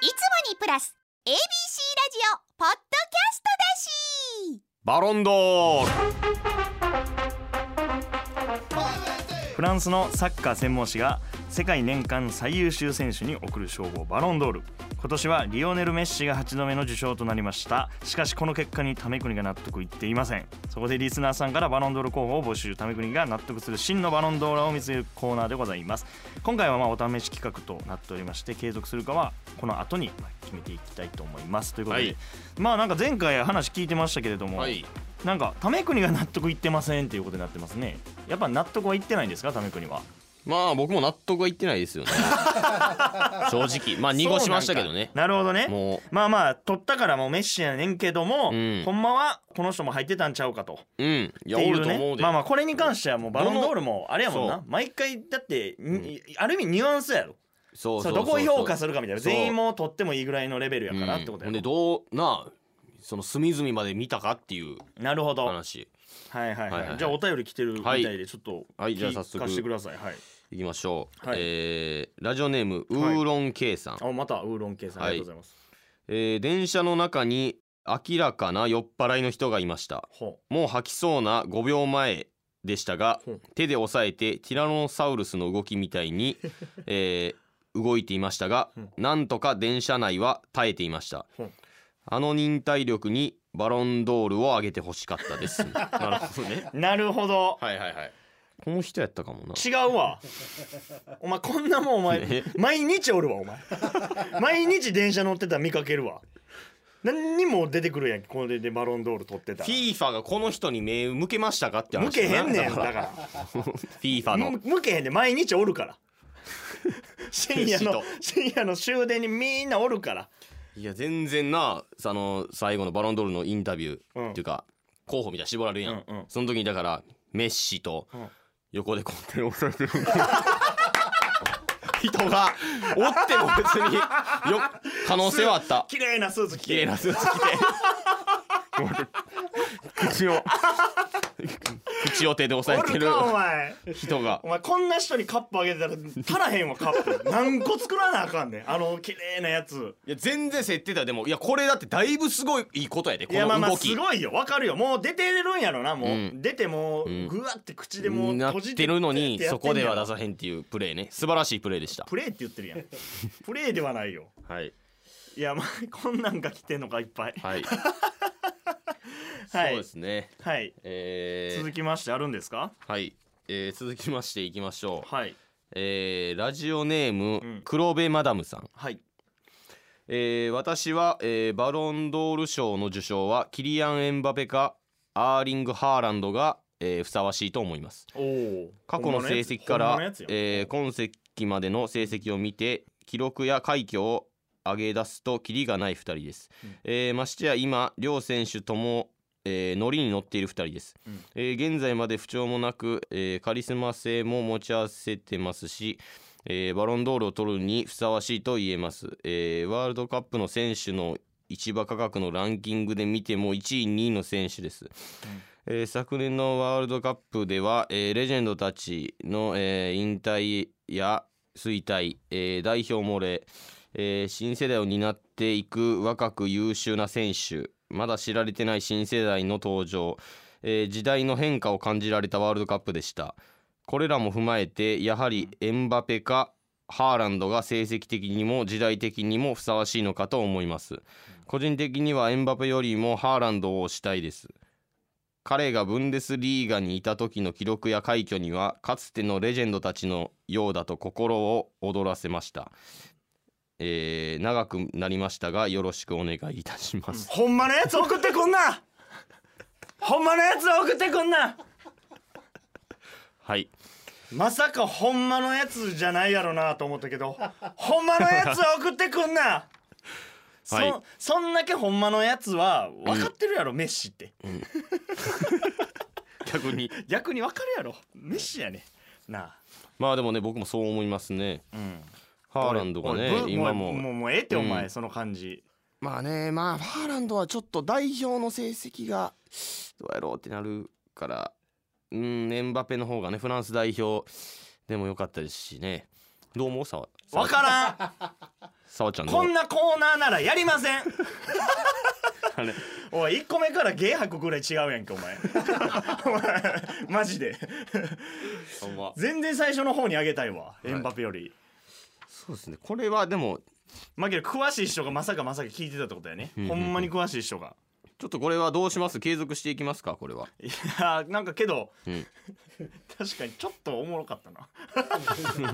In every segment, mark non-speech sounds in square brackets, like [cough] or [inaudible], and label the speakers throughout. Speaker 1: いつもにプラス ABC ラジオポッドキャストだし
Speaker 2: バロンドー
Speaker 3: フランスのサッカー専門誌が世界年間最優秀選手に贈る称号バロンドール今年はリオネル・メッシが8度目の受賞となりましたしかしこの結果に為国が納得いっていませんそこでリスナーさんからバロンドール候補を募集為国が納得する真のバロンドーラーを見つけるコーナーでございます今回はまあお試し企画となっておりまして継続するかはこの後にまあ決めていきたいと思いますということで、
Speaker 2: はい
Speaker 3: まあなんか前回話聞いてましたけれども、なんか為国が納得いってませんっていうことになってますねやっぱ納得はいってないんですか為国は
Speaker 2: まあ僕も納得はいってないですよね
Speaker 3: [laughs]
Speaker 2: 正直まあ濁しましたけどね
Speaker 3: なるほどね
Speaker 2: も
Speaker 3: まあまあ取ったからもうメッシやねんけども、
Speaker 2: うん
Speaker 3: ほんまはこの人も入ってたんちゃうかと
Speaker 2: ううんい
Speaker 3: っ
Speaker 2: や
Speaker 3: てい
Speaker 2: おる
Speaker 3: う
Speaker 2: と思
Speaker 3: ね
Speaker 2: うで
Speaker 3: まあまあこれに関してはもうバロンドールもあれやも
Speaker 2: そ
Speaker 3: んな毎回だってにある意味ニュアンスやろ
Speaker 2: そ
Speaker 3: そうどこを評価するかみたいな
Speaker 2: そう
Speaker 3: 全員もう取ってもいいぐらいのレベルや
Speaker 2: る
Speaker 3: からってこと
Speaker 2: ほ
Speaker 3: や
Speaker 2: ん
Speaker 3: ろ
Speaker 2: でどうなあその隅々まで見たかっていう
Speaker 3: なるほどはい
Speaker 2: 話
Speaker 3: はいはい、
Speaker 2: はいはい
Speaker 3: じゃあお便り来てるみたいでちょっと
Speaker 2: はいじゃあ
Speaker 3: 聞
Speaker 2: 早速
Speaker 3: かしてくださいはい
Speaker 2: いきましょう、
Speaker 3: はい
Speaker 2: えーラジオネームウーロン K さん、
Speaker 3: あまたウーロン系さんありがとうございます、
Speaker 2: えー電車の中に明らかな酔っ払いの人がいました
Speaker 3: ほ
Speaker 2: もう吐きそうな5秒前でしたが
Speaker 3: ほう
Speaker 2: 手で押さえてティラノサウルスの動きみたい [laughs] に、えー動いていましたが
Speaker 3: うん
Speaker 2: なんとか電車内は耐えていました
Speaker 3: ほう
Speaker 2: あの忍耐力にバロンドールを上げてほしかったです [laughs] なるほどね
Speaker 3: うなるほど
Speaker 2: はいはいはいこの人やったかもな
Speaker 3: 違うわお前こんなもんお前
Speaker 2: え
Speaker 3: 毎日おるわお前毎日電車乗ってたら見かけるわ何にも出てくるやんこれでバロンドール取ってたら
Speaker 2: FIFA がこの人に目向けましたかって話
Speaker 3: 向けへんね
Speaker 2: だ
Speaker 3: んだか
Speaker 2: から FIFA の
Speaker 3: む向けへんで毎日おる
Speaker 2: [laughs]
Speaker 3: から深夜の深夜の終電にみんなおるから
Speaker 2: いや全然なその最後のバロンドールのインタビュ
Speaker 3: うん
Speaker 2: ーっていうか、候補みたいな絞られるやん、
Speaker 3: うんうん
Speaker 2: その時にだからメッシと
Speaker 3: うん
Speaker 2: 横でこう手を押さえてる [laughs] 人がおっても別によ可能性はあった
Speaker 3: 綺麗なスーツ着
Speaker 2: 綺麗
Speaker 3: て
Speaker 2: なスーツ [laughs] 着て口を口を手で押さ
Speaker 3: お
Speaker 2: えて
Speaker 3: る
Speaker 2: る
Speaker 3: かお前
Speaker 2: 人が
Speaker 3: お前こんな人にカップあげてたら足らへんわカップ何個作らなあかんねんあの綺麗なやつ
Speaker 2: いや全然競ってたよでもいやこれだってだいぶすごいいいことやでこ
Speaker 3: いやまあま
Speaker 2: の動
Speaker 3: あ
Speaker 2: き
Speaker 3: すごいよわかるよもう出てるんやろなもう、
Speaker 2: うん
Speaker 3: 出ても
Speaker 2: ん
Speaker 3: うぐわって口でもう
Speaker 2: なっ
Speaker 3: 閉じて
Speaker 2: てるのに
Speaker 3: ってや
Speaker 2: そ
Speaker 3: ってん
Speaker 2: こ
Speaker 3: ね
Speaker 2: で
Speaker 3: やろ
Speaker 2: は出さへんっていうプレーね素晴らしいプレーでした
Speaker 3: プレーって言って
Speaker 2: [laughs]
Speaker 3: るやんプレーではないよ
Speaker 2: はい
Speaker 3: いやまあ [laughs] こんなんが来てんのかいっぱ
Speaker 2: [laughs]
Speaker 3: い
Speaker 2: はい
Speaker 3: は
Speaker 2: そう
Speaker 3: い
Speaker 2: ですね
Speaker 3: はい
Speaker 2: え
Speaker 3: 続
Speaker 2: ー、
Speaker 3: きましてあるんですか
Speaker 2: はい、えー、続きましていきましょう、
Speaker 3: はい
Speaker 2: えー、ラジオネーム、
Speaker 3: うん
Speaker 2: 黒部マダムさん、
Speaker 3: はい
Speaker 2: えー、私は、えー、バロンドール賞の受賞はキリアン・エンバペかアーリング・ハーランドが、えー、ふさわしいと思います
Speaker 3: おお
Speaker 2: 過去の成績から、えー
Speaker 3: こ
Speaker 2: 今世紀までの成績を見て記録や快挙を上げ出すとキリがない2人です、
Speaker 3: うん
Speaker 2: えーましてや今両選手とも、えー、乗りに乗っている2人です、
Speaker 3: うん
Speaker 2: えー現在まで不調もなく、えーカリスマ性も持ち合わせてますし、えーバロンドールを取るにふさわしいと言えます、えーワールドカップの選手の市場価格のランキングで見ても1位2位の選手です、えー昨年のワールドカップでは、えーレジェンドたちの、えー引退や衰退、えー代表漏れ、えー新世代を担っていく若く優秀な選手まだ知られてない新世代の登場、えー時代の変化を感じられたワールドカップでしたこれらも踏まえてやはりエンバペかハーランドが成績的にも時代的にもふさわしいのかと思います個人的にはエンバペよりもハーランドを推したいです彼がブンデスリーガにいた時の記録や快挙にはかつてのレジェンドたちのようだと心を躍らせました、えー長くなりましたがよろしくお願いいたします、
Speaker 3: ほんまのやつ送ってこんな [laughs] ほんまのやつ送ってこんな
Speaker 2: はい
Speaker 3: まさかほんまのやつじゃないやろなと思ったけど [laughs] ほんまのやつは送ってくんなそ,、
Speaker 2: はい
Speaker 3: そんだけほんまのやつは分かってるやろ、メッシって
Speaker 2: 逆に
Speaker 3: 逆に分かるやろメッシやねな
Speaker 2: [laughs] まあでもね僕もそう思いますね
Speaker 3: あ、うん、
Speaker 2: ハーランドがね今
Speaker 3: もうも
Speaker 2: も
Speaker 3: うもうええってお前、
Speaker 2: うん
Speaker 3: その感じ
Speaker 2: まあねまあハーランドはちょっと代表の成績がどうやろうってなるからうんエンバペの方がねフランス代表でも良かったですしねどう思うさ
Speaker 3: 分からん
Speaker 2: さわちゃんどう
Speaker 3: こんなコーナーならやりません
Speaker 2: [laughs] あれ
Speaker 3: おい1個目から芸博ぐらい違うやんけお前 [laughs] お前マジで
Speaker 2: ほんま
Speaker 3: 全然最初の方にあげたいわエンバペより、
Speaker 2: そうですねこれはでも
Speaker 3: まあけど詳しい人がまさかまさか聞いてたってことやねほんまに詳しい人が
Speaker 2: ちょっとこれはどうします継続していきますかこれはい
Speaker 3: やーなんかけど、 [laughs]
Speaker 2: ん
Speaker 3: 確かにちょっとおもろかったな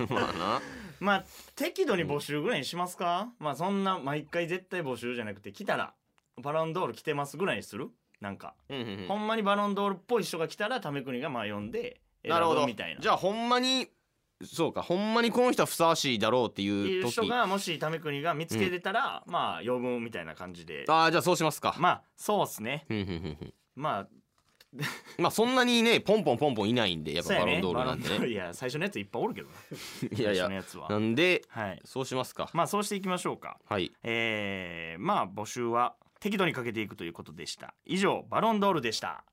Speaker 2: まあな
Speaker 3: まあ適度に募集ぐらいにしますか、まあそんな毎回絶対募集じゃなくて来たらバロンドール来てますぐらいにするなんか、
Speaker 2: うんうんうん
Speaker 3: ほんまにバロンドールっぽい人が来たらタメ国がまあ呼んで選
Speaker 2: なるほ
Speaker 3: ぶ
Speaker 2: ど
Speaker 3: みたいな
Speaker 2: じゃあほんまにそうかほんまにこの人はふさわしいだろうって
Speaker 3: って
Speaker 2: い
Speaker 3: いうう人
Speaker 2: 時
Speaker 3: がもしタメ国が見つけてたら、まあ呼ぶみたいな感じで
Speaker 2: ああじゃあそうしますか、
Speaker 3: まあそうっすね
Speaker 2: ふんふんふんふん
Speaker 3: まあ
Speaker 2: まあそんなにねポンポンポンポンいないんでやっ
Speaker 3: そ
Speaker 2: ぱバ
Speaker 3: うや
Speaker 2: ロ
Speaker 3: ね
Speaker 2: ンドールなんで
Speaker 3: バロンドール
Speaker 2: ね
Speaker 3: いや最初のやついっぱいおるけどない
Speaker 2: やい
Speaker 3: 最初
Speaker 2: や
Speaker 3: のやつは
Speaker 2: なんで
Speaker 3: はい
Speaker 2: そうしますか
Speaker 3: まあそうしていきましょうか
Speaker 2: はい
Speaker 3: えー、まあ募集は適度にかけていくということでした以上バロンドールでした